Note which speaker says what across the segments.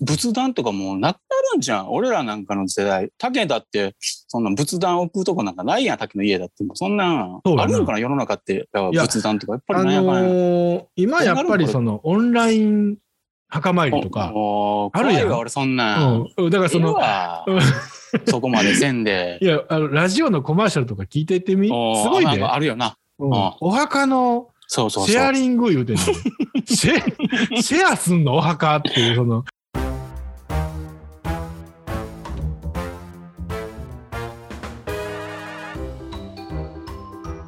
Speaker 1: 仏壇とかもうなくなるんじゃん。俺らなんかの世代。竹だって、そんな仏壇置くとこなんかないやん、竹の家だって。もうそんなん
Speaker 2: そうだな
Speaker 1: あるんかな、世の中って。だから
Speaker 2: いや
Speaker 1: 仏壇とか、やっぱ
Speaker 2: あ
Speaker 1: りな
Speaker 2: の
Speaker 1: んやかんや。
Speaker 2: ー今やっぱりそのオンライン墓参りとか、
Speaker 1: おお
Speaker 2: あるやん
Speaker 1: 怖いわ俺そんなん。
Speaker 2: うん、だからそ
Speaker 1: ええ
Speaker 2: の、
Speaker 1: わ
Speaker 2: うん
Speaker 1: そこまでせんで
Speaker 2: い。や、あのラジオのコマーシャルとか聞 いてってみ、す
Speaker 1: おー
Speaker 2: ごいね
Speaker 1: あ。ああるよな。
Speaker 2: うんお墓の
Speaker 1: そうそうそう。
Speaker 2: シェアリング言う てんの。シェシェアすんのお墓っていう、その。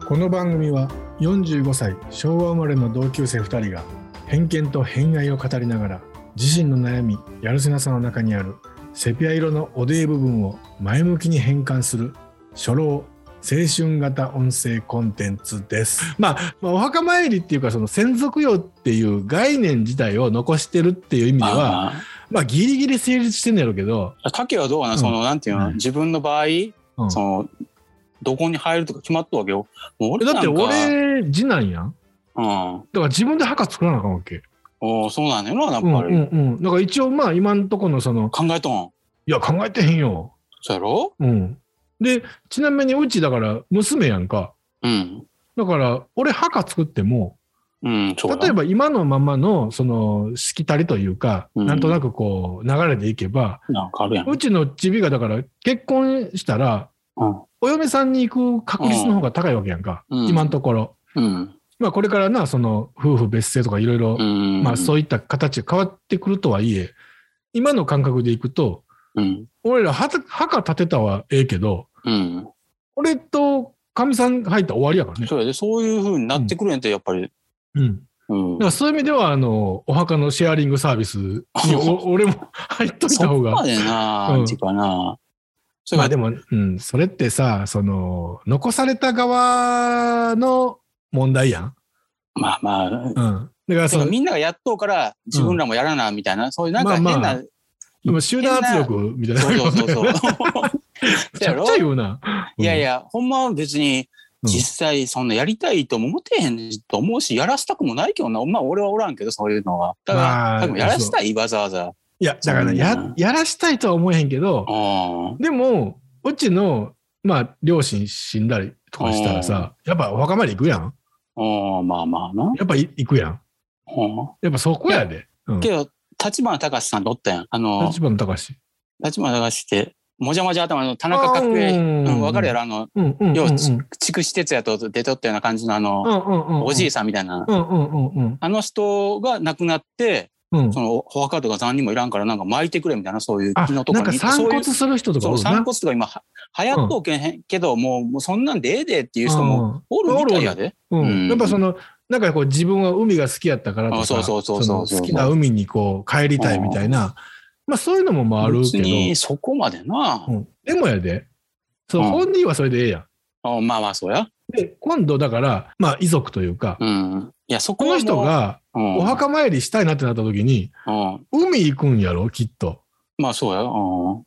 Speaker 2: この番組は45歳昭和生まれの同級生2人が偏見と偏愛を語りながら自身の悩みやるせなさの中にあるセピア色のおでい部分を前向きに変換する初老青春型音声コンテンツです。まあ、まあ、お墓参りっていうかその先祖供養っていう概念自体を残してるっていう意味では
Speaker 1: あ
Speaker 2: まあギリギリ成立してんねやろうけど、
Speaker 1: ー竹はどうかな、
Speaker 2: うん
Speaker 1: その、なんていう
Speaker 2: う
Speaker 1: の、
Speaker 2: ん
Speaker 1: 自分の場合、
Speaker 2: うん
Speaker 1: その、どこに入るとか決まったわけよ。もう俺
Speaker 2: え
Speaker 1: なん
Speaker 2: だっ
Speaker 1: か
Speaker 2: て、俺次男やん
Speaker 1: うん。
Speaker 2: だから自分で墓作らなあかんわけ。
Speaker 1: おーそうなんだよな、やっ
Speaker 2: うんう
Speaker 1: ぱり。
Speaker 2: んうん、だから一応まあ今んとこのその
Speaker 1: 考えとん。
Speaker 2: いや考えてへんよ。
Speaker 1: そうやろ
Speaker 2: うん、でちなみにうちだから娘やんか
Speaker 1: うん。
Speaker 2: だから俺墓作っても
Speaker 1: うん、そうや
Speaker 2: 例えば今のままのそのしきたりというか、
Speaker 1: うん
Speaker 2: なんとなくこう流れでいけば、
Speaker 1: なんかあるやん。
Speaker 2: うちのちびがだから結婚したら
Speaker 1: うん。
Speaker 2: お嫁さんに行く確率の方が高いわけやんか、
Speaker 1: うん
Speaker 2: 今のところ、
Speaker 1: うん。
Speaker 2: まあ、これからなその夫婦別姓とかいろいろ、
Speaker 1: うん。
Speaker 2: まあ、そういった形が変わってくるとはいえ今の感覚でいくと
Speaker 1: うん。
Speaker 2: 俺らはた墓建てたはええけど
Speaker 1: うん。
Speaker 2: 俺とかみさん入ったら終わりやからね、
Speaker 1: そうやで、そういうふうになってくるんやって、やっぱり。
Speaker 2: うん、
Speaker 1: うん
Speaker 2: だか。らそういう意味ではあのお墓のシェアリングサービスに お俺も入っとい
Speaker 1: そ
Speaker 2: た
Speaker 1: こ
Speaker 2: 方が
Speaker 1: までな、
Speaker 2: うん
Speaker 1: っていうかな。それ
Speaker 2: まあ
Speaker 1: が
Speaker 2: でも、うん、それってさ、その、残された側の問題やん。
Speaker 1: まあまあ、
Speaker 2: うん。だから
Speaker 1: て
Speaker 2: そ
Speaker 1: か
Speaker 2: の、
Speaker 1: みんながやっとうから自分らもやらなみたいな、そういうなんか変
Speaker 2: ま
Speaker 1: な、
Speaker 2: あまあでも集団圧力みたいな。
Speaker 1: そうそうそうそう
Speaker 2: め
Speaker 1: そ
Speaker 2: ち
Speaker 1: や
Speaker 2: ゃく
Speaker 1: ろ
Speaker 2: ちゃ言うな。
Speaker 1: いやい
Speaker 2: や。
Speaker 1: やほんまは別に
Speaker 2: うん
Speaker 1: 実際そんなやりたいとも思ってへんと思うしやらしたくもないけどなまあ俺はおらんけどそういうのはだから、
Speaker 2: まあ
Speaker 1: 多分やらしたいわざわざ
Speaker 2: いや、だからね、
Speaker 1: そう
Speaker 2: や
Speaker 1: ね、
Speaker 2: やらしたいとは思えへんけど
Speaker 1: う、ん
Speaker 2: でも、うちの、まあ、両親死んだりとかしたらさ、やっぱお墓まで行くやん。
Speaker 1: うんまあまあな、
Speaker 2: やっぱい行くやん。
Speaker 1: うん
Speaker 2: やっぱそこやで。うん。
Speaker 1: けど立花隆さんとおったやんあの
Speaker 2: 立花隆。
Speaker 1: 立花隆ってもじゃもじゃ頭の田中角栄うんわかるや
Speaker 2: ろ。
Speaker 1: ろあの
Speaker 2: うんうんうんうん。
Speaker 1: 要は筑紫哲也と出とったような感じのあの、
Speaker 2: うんうんうん。
Speaker 1: おじいさんみたいな
Speaker 2: うんうんうんうん
Speaker 1: あの人が亡くなって、
Speaker 2: うん。
Speaker 1: そのお墓とか残人もいらんから、なんか巻いてくれみたいな、そういう
Speaker 2: あ、
Speaker 1: 木
Speaker 2: な
Speaker 1: の
Speaker 2: ん
Speaker 1: ところ
Speaker 2: か
Speaker 1: に。
Speaker 2: 散
Speaker 1: そうい
Speaker 2: 骨
Speaker 1: う
Speaker 2: する人とか
Speaker 1: そ
Speaker 2: お
Speaker 1: う
Speaker 2: るな
Speaker 1: 散。骨とか今は、はやっとうけへんけど、もうもうそんなんでええでっていう人もおるみたいやで。
Speaker 2: うん
Speaker 1: うん
Speaker 2: やっぱその、なんかこう自分は海が好きやったからとか、
Speaker 1: あそうそうそうそう
Speaker 2: の好きな海にこう帰りたいみたいな、まあそういうのもまあある
Speaker 1: 別
Speaker 2: けど、
Speaker 1: にそこまでな
Speaker 2: う。んでもやで、そう
Speaker 1: うん
Speaker 2: 本人はそれでええやん。
Speaker 1: あまあまあ、そうや。
Speaker 2: で、今度だから、まあ遺族というか、
Speaker 1: うん。いや、そこ
Speaker 2: こ
Speaker 1: はも
Speaker 2: の
Speaker 1: う
Speaker 2: 人、が
Speaker 1: お
Speaker 2: お墓参りしたいなってなった時に、海行くんやろ、きっと。
Speaker 1: まあそうや。うん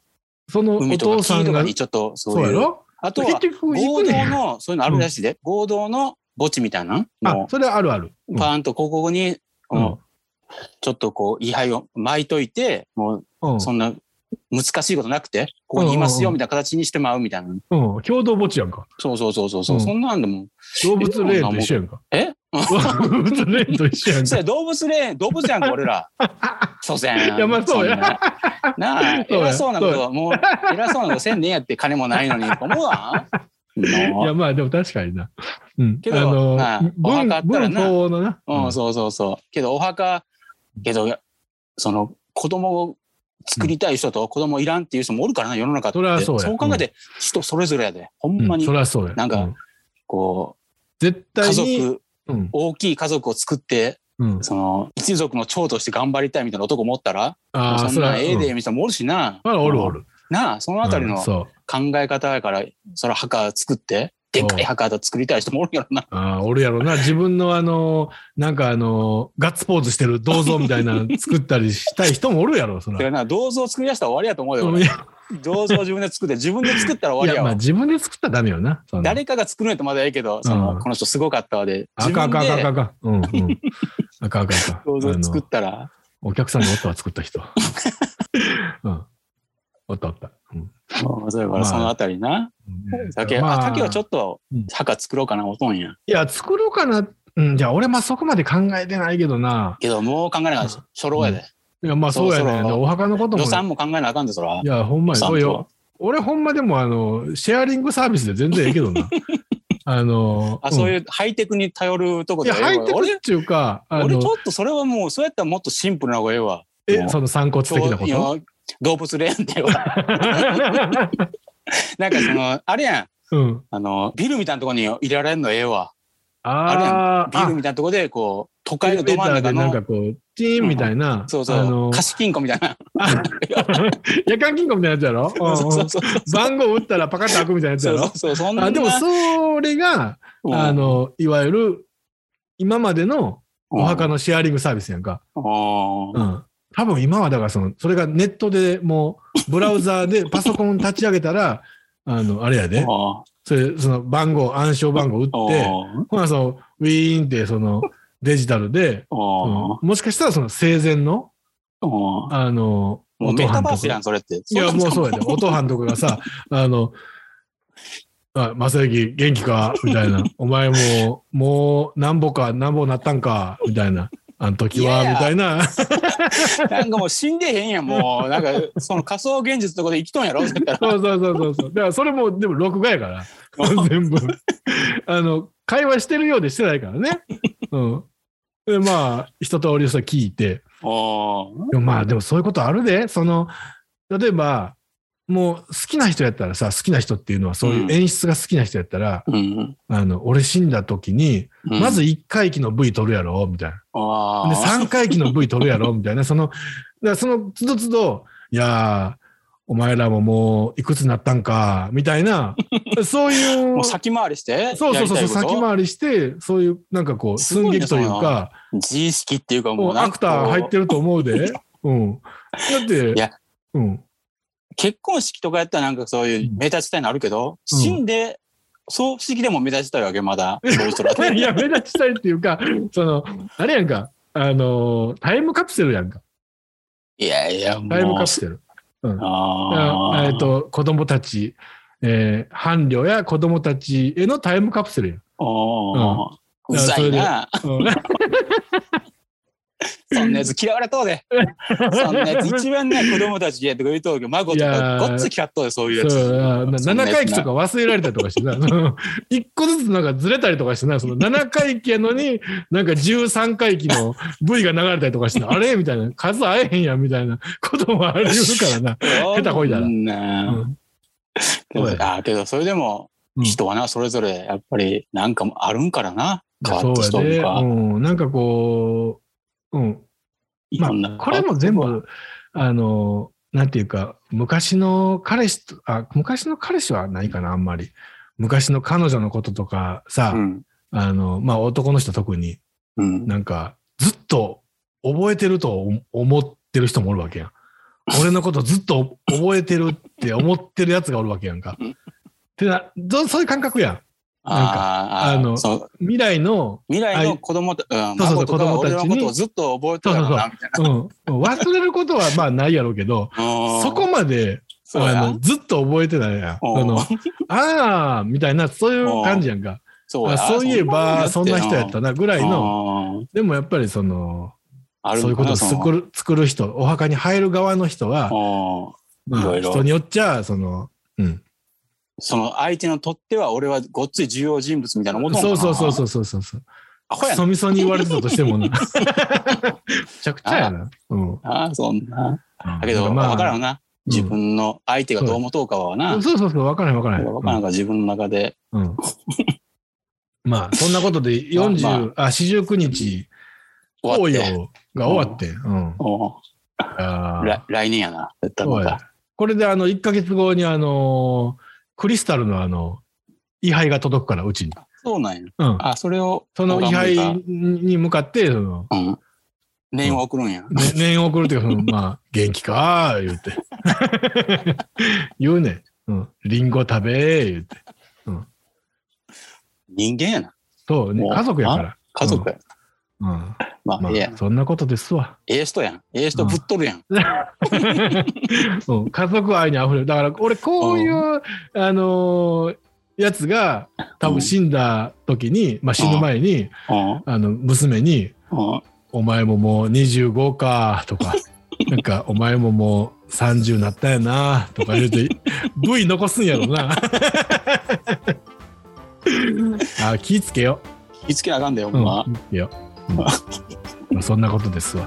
Speaker 2: そのお
Speaker 1: 海と
Speaker 2: 父
Speaker 1: か
Speaker 2: さ
Speaker 1: 木
Speaker 2: ん
Speaker 1: と
Speaker 2: が
Speaker 1: か、にちょっとそう
Speaker 2: そうや
Speaker 1: いう。
Speaker 2: ろ
Speaker 1: あと
Speaker 2: 結
Speaker 1: は、
Speaker 2: 局行
Speaker 1: 合
Speaker 2: くね
Speaker 1: 同
Speaker 2: ん。
Speaker 1: の、そういうのあるらしいで。合同の墓地みたいなの
Speaker 2: あ
Speaker 1: も、
Speaker 2: それはあるある。う
Speaker 1: うんパーンとここに、
Speaker 2: うん
Speaker 1: うんちょっとこう、位牌を巻いといて、もう
Speaker 2: うん
Speaker 1: そんな難しいことなくて、ここにいますよみたいな形にしてまうみたいな。
Speaker 2: うん共同墓地やんか。
Speaker 1: そうそうそうそう。う
Speaker 2: うん
Speaker 1: そんなんでも。
Speaker 2: 動物霊と一緒やんか。
Speaker 1: え
Speaker 2: 動物霊と一緒やん
Speaker 1: そ
Speaker 2: か。
Speaker 1: れ動物園、動物やんか、俺 ら。所詮。
Speaker 2: いやまあそうや
Speaker 1: んななあ、
Speaker 2: そうや
Speaker 1: 偉そうなこ
Speaker 2: そ
Speaker 1: と
Speaker 2: う
Speaker 1: は、もう、偉そうなことせんねやって金もないのに、思うわ。
Speaker 2: い
Speaker 1: の
Speaker 2: やまあでも確かにな。うん。
Speaker 1: けど
Speaker 2: あの、
Speaker 1: まあお
Speaker 2: 文
Speaker 1: 墓あったら
Speaker 2: 文
Speaker 1: な
Speaker 2: 法のな。
Speaker 1: うん、そうそうそう。けど、お墓、けど、その、子供を作りたい人と子供いらんっていう人もおるからな、世の中って。
Speaker 2: そりゃそうや
Speaker 1: 考えて、人それぞれやで。ほんま
Speaker 2: うん
Speaker 1: に
Speaker 2: そ、りゃそうや。
Speaker 1: なんか
Speaker 2: う
Speaker 1: こ
Speaker 2: 絶
Speaker 1: う、家
Speaker 2: 対に。
Speaker 1: 族、
Speaker 2: うん。
Speaker 1: 大きい家族を作って、
Speaker 2: うん。
Speaker 1: その一族の長として頑張りたいみたいな男もおったら、
Speaker 2: ああ、
Speaker 1: そんな
Speaker 2: そ
Speaker 1: え
Speaker 2: り
Speaker 1: え
Speaker 2: ゃ
Speaker 1: でみたいなもおるしな。
Speaker 2: うんあらおるおる。
Speaker 1: なあ、そのあたりの
Speaker 2: うん
Speaker 1: 考
Speaker 2: そう。
Speaker 1: え方やから、そら墓作って、でっかい墓だ作りたい人もおるやろな。
Speaker 2: ああ、おるやろな。自分のあの、なんかあの、ガッツポーズしてる銅像みたいなの作ったりしたい人もおるやろ、そ
Speaker 1: だか
Speaker 2: ら。
Speaker 1: らな、銅像作り出したら終わりやと思うよ。
Speaker 2: い
Speaker 1: 俺
Speaker 2: や
Speaker 1: 銅像自分で作って、自分で作ったら
Speaker 2: い
Speaker 1: 終わり
Speaker 2: や、
Speaker 1: や
Speaker 2: まあ
Speaker 1: わ。
Speaker 2: 自分で作ったらダメよな。その
Speaker 1: 誰かが作るんやとまだええけど、その
Speaker 2: うん
Speaker 1: この人すごかったわで、
Speaker 2: あ
Speaker 1: 自
Speaker 2: かんあ
Speaker 1: 分
Speaker 2: かんあかんあか
Speaker 1: で
Speaker 2: んあかん。うんうん。あかんあかんあかん。
Speaker 1: 銅
Speaker 2: あ
Speaker 1: 像
Speaker 2: の
Speaker 1: 作ったら、
Speaker 2: お客さんがおったわ、作った人。
Speaker 1: そうやか
Speaker 2: まあ
Speaker 1: らそのあたりな。竹、あ、竹はちょ
Speaker 2: っと
Speaker 1: っと
Speaker 2: うん
Speaker 1: 墓作ろうかな思とんや。
Speaker 2: いや作ろうかなうんじゃあ俺まあそこまで考えてないけどな
Speaker 1: けどもう考えながら初老やで。
Speaker 2: いやまあそうやね
Speaker 1: そろそろ
Speaker 2: お墓のことも
Speaker 1: 予算も考えなあかんでそら
Speaker 2: い。やほんまに
Speaker 1: 予算
Speaker 2: そう
Speaker 1: と
Speaker 2: よ
Speaker 1: は
Speaker 2: 俺ほんまでもあのシェアリングサービスで全然ええけ どなあの
Speaker 1: あ、そう
Speaker 2: うん
Speaker 1: いうハイテクに頼るとこ
Speaker 2: い
Speaker 1: で
Speaker 2: や
Speaker 1: はええ
Speaker 2: 入
Speaker 1: わ
Speaker 2: ってくる
Speaker 1: 俺
Speaker 2: っ、ていうかあ
Speaker 1: 俺ち
Speaker 2: の
Speaker 1: ょっとそれはもう、そうやったらもっとシンプルな方がええわ。
Speaker 2: えその散骨的なこ
Speaker 1: い
Speaker 2: と
Speaker 1: や動物レーンで は。なんかその、あれやん。
Speaker 2: うん
Speaker 1: あの、ビルみたいなとこに入れられんのええわ。
Speaker 2: あ
Speaker 1: ビル
Speaker 2: ー
Speaker 1: みたいなとこで、こう、都
Speaker 2: あエ
Speaker 1: 会
Speaker 2: レ
Speaker 1: の
Speaker 2: ベ
Speaker 1: ど
Speaker 2: ー
Speaker 1: 真
Speaker 2: タ
Speaker 1: ん
Speaker 2: ー
Speaker 1: 中
Speaker 2: でなんか
Speaker 1: の、
Speaker 2: こうチーンみたいな
Speaker 1: そうそ
Speaker 2: あの
Speaker 1: う、貸し金庫みたいな。
Speaker 2: 夜間金庫みたいなやつやろ
Speaker 1: そうそうそう
Speaker 2: うんうん番号打ったらパカッと開くみたいなやつや
Speaker 1: そうそ
Speaker 2: ろ
Speaker 1: うそう、そんな。
Speaker 2: あでもそれが
Speaker 1: うん
Speaker 2: あ、のいわゆる今までのお墓のシェアリングサービスやんか、
Speaker 1: うん。
Speaker 2: うん多分今はだからそのそれがネットでもうブラウザーで パソコン立ち上げたらあのあれや
Speaker 1: あ
Speaker 2: でそれその番号暗証番号打って
Speaker 1: あ
Speaker 2: ほなそのウィーンってそのデジタルで、
Speaker 1: あ
Speaker 2: そ
Speaker 1: あ
Speaker 2: のもしかしたらその生前の
Speaker 1: あ
Speaker 2: あの
Speaker 1: もうメタ
Speaker 2: 音
Speaker 1: バー
Speaker 2: と
Speaker 1: スやん、それって。
Speaker 2: いや、もうそうやで。音班とかが さ、あの、あ、正幸元気かみたいな。お前も、もう、なんぼか、なんぼなったんかみたいな。あの時は、
Speaker 1: いや
Speaker 2: みたいな。
Speaker 1: なんかもう死んでへんやん、もう。なんか、その仮想現実のとこで生きとんやろ、だったら。
Speaker 2: そうそうそうそう そう。だから、それも、でも、録画やから。全部。あの、会話してるようでしてないからね。うん。で、まあ、一通りさ、聞いて。
Speaker 1: お
Speaker 2: でもまあ、でもそういうことあるで。その、例えば、もう好きな人やったらさ、好きな人っていうのはそういう演出が好きな人やったら、
Speaker 1: うん。
Speaker 2: あの、俺死んだ時に、まず、1回忌の V 取るやろみたい
Speaker 1: あ
Speaker 2: な。で、3回忌の V 取るやろみたいな。その、だからその、つどつど、いやー、お前らももういくつになったんか、みた いな、そうい
Speaker 1: も
Speaker 2: う、
Speaker 1: う先回りして、
Speaker 2: そうそうそうそう、先
Speaker 1: り。
Speaker 2: 回りして、そういう、なんかこう、
Speaker 1: すご
Speaker 2: 寸
Speaker 1: いね
Speaker 2: 劇という
Speaker 1: そ
Speaker 2: か、
Speaker 1: 自意識っていうかも
Speaker 2: も
Speaker 1: う
Speaker 2: うアクター入ってると思うで。うん。だって、
Speaker 1: いや
Speaker 2: うん。
Speaker 1: 結婚式とかやったらなんかそういう目立ちたいのあるけど、
Speaker 2: うん
Speaker 1: 死んで、葬式でも目立ちたいわけ、まだ。そういう人らって
Speaker 2: いや、目立ちたいっていうか、その、あれやんか、あのー、タイムカプセルやんか。
Speaker 1: いやいや、もう。
Speaker 2: タイムカプセル。
Speaker 1: あ
Speaker 2: あ
Speaker 1: あ。
Speaker 2: えっと子供たち、えー伴侶や子供たちへのタイムカプセルや。
Speaker 1: おー
Speaker 2: うん
Speaker 1: うざいな。
Speaker 2: うん
Speaker 1: そんなやつ嫌われとう で。そんなやつ一番ね、子供たちやとか言うとうけど、孫と
Speaker 2: いや
Speaker 1: か
Speaker 2: ー
Speaker 1: ごっつ嫌っとうで、そういうやつ。
Speaker 2: そうあな
Speaker 1: そんなや
Speaker 2: 7
Speaker 1: つな
Speaker 2: 回忌とか忘れられたりとかしてな、1個ずつなんかずれたりとかしてな、その7回忌やのに、なんか13回忌の V が流れたりと かしてな、あれみたいな、数合えへんやんみたいなこともありうるからな。下手こいたら
Speaker 1: そんな
Speaker 2: うん
Speaker 1: けどあーけど、それでも
Speaker 2: うん
Speaker 1: 人はな、それぞれやっぱりなんかもあるんからな。変わ
Speaker 2: そ
Speaker 1: った
Speaker 2: う
Speaker 1: 人
Speaker 2: やで、
Speaker 1: と
Speaker 2: う
Speaker 1: か。
Speaker 2: ん、なんかこう、うん、
Speaker 1: い
Speaker 2: ま
Speaker 1: ろんな
Speaker 2: あ、これも全
Speaker 1: 変わっ
Speaker 2: 部、あの、なんていうか、昔の彼氏と、あ、昔の彼氏はないかな、あんまり。昔の彼女のこととかさ、
Speaker 1: うん。
Speaker 2: あの、まあ男の人特に
Speaker 1: うん。
Speaker 2: なんか、ずっと覚えてると思ってる人もおるわけやん。俺のことずっと覚えてるって思ってるやつがおるわけやんか。ってな、どそういう感覚やん。
Speaker 1: あーあ
Speaker 2: あの
Speaker 1: のそう
Speaker 2: 未来の、
Speaker 1: 未来
Speaker 2: あい
Speaker 1: の子供た、うん、
Speaker 2: そうそう
Speaker 1: 孫とかは
Speaker 2: 子供
Speaker 1: 俺
Speaker 2: たちに
Speaker 1: のことをずっと覚えてたよなみたい
Speaker 2: うん、忘れることはまあないやろうけど、
Speaker 1: な。うん
Speaker 2: そこまで、
Speaker 1: そう
Speaker 2: あ
Speaker 1: や
Speaker 2: のずっと覚えてないやん。
Speaker 1: うん
Speaker 2: あ のあーみたいな、そういう感じやんか。
Speaker 1: そう
Speaker 2: あ
Speaker 1: や
Speaker 2: そういえば、そんな人やった
Speaker 1: な
Speaker 2: なぐらいの、
Speaker 1: の。
Speaker 2: でもやっぱりその、
Speaker 1: ある
Speaker 2: そう
Speaker 1: ん
Speaker 2: いうこ
Speaker 1: かな
Speaker 2: とを
Speaker 1: その
Speaker 2: 作る作る人、お墓に入る側の人は、
Speaker 1: うん
Speaker 2: まあ
Speaker 1: いろいろ
Speaker 2: 人によっちゃ、その、うん。
Speaker 1: その相手のとっては俺はごっつい重要人物みたいなもん
Speaker 2: そうそうそう
Speaker 1: う。
Speaker 2: そうそうそうそう。
Speaker 1: アホやな
Speaker 2: そみそに言われてたとしてもな。めちゃくちゃやな。うん。
Speaker 1: あーそんな。だけ
Speaker 2: な
Speaker 1: ど、
Speaker 2: んまあ
Speaker 1: 分からんな。
Speaker 2: うん
Speaker 1: 自分の相手がどう思とうかはな。
Speaker 2: そうそうそう、わからへんわからへん。
Speaker 1: 分からんから自分の中で。
Speaker 2: うん。まあ、そんなことで40、
Speaker 1: まあ
Speaker 2: あ、49日、
Speaker 1: 終わ
Speaker 2: 法
Speaker 1: って
Speaker 2: 要が終わって、うん。
Speaker 1: う
Speaker 2: あ
Speaker 1: ん
Speaker 2: ー
Speaker 1: ら来年やな。絶対
Speaker 2: そう
Speaker 1: ま
Speaker 2: や
Speaker 1: た。
Speaker 2: これであの1か月後にあのクリスタルのあの位牌が届くからうちに、
Speaker 1: そうなんや。
Speaker 2: うん、
Speaker 1: あ、それを。
Speaker 2: その位
Speaker 1: 拝
Speaker 2: 牌に向かってその、
Speaker 1: うん。念を送るんや。
Speaker 2: ね、念を送るというかそのまあ元気かー言うて 言うねん、うん、リンゴ食べー言うて
Speaker 1: 人間やな。
Speaker 2: そう、ね、
Speaker 1: もう
Speaker 2: 家族やから
Speaker 1: 家族や。
Speaker 2: うん
Speaker 1: まあ、
Speaker 2: ま
Speaker 1: ええや
Speaker 2: あ、
Speaker 1: ん。
Speaker 2: そんなことで すわ。
Speaker 1: ええ人やん。ええ人ぶっとるやん。
Speaker 2: うん家族愛にあふれる。だから、俺、こういう、あのーやつが、多分死んだ時に、まあ、死ぬ前に、
Speaker 1: うん。
Speaker 2: あの、娘に、
Speaker 1: うん。
Speaker 2: お前ももう25か、とか、なんか、お前ももう30なったやな、とか言うて、V 残すんやろな。あ、気ぃつけよ。
Speaker 1: 気ぃつけなあかんだよ、ほ
Speaker 2: うんん
Speaker 1: ま。
Speaker 2: いや、うんまあそんなことですわ。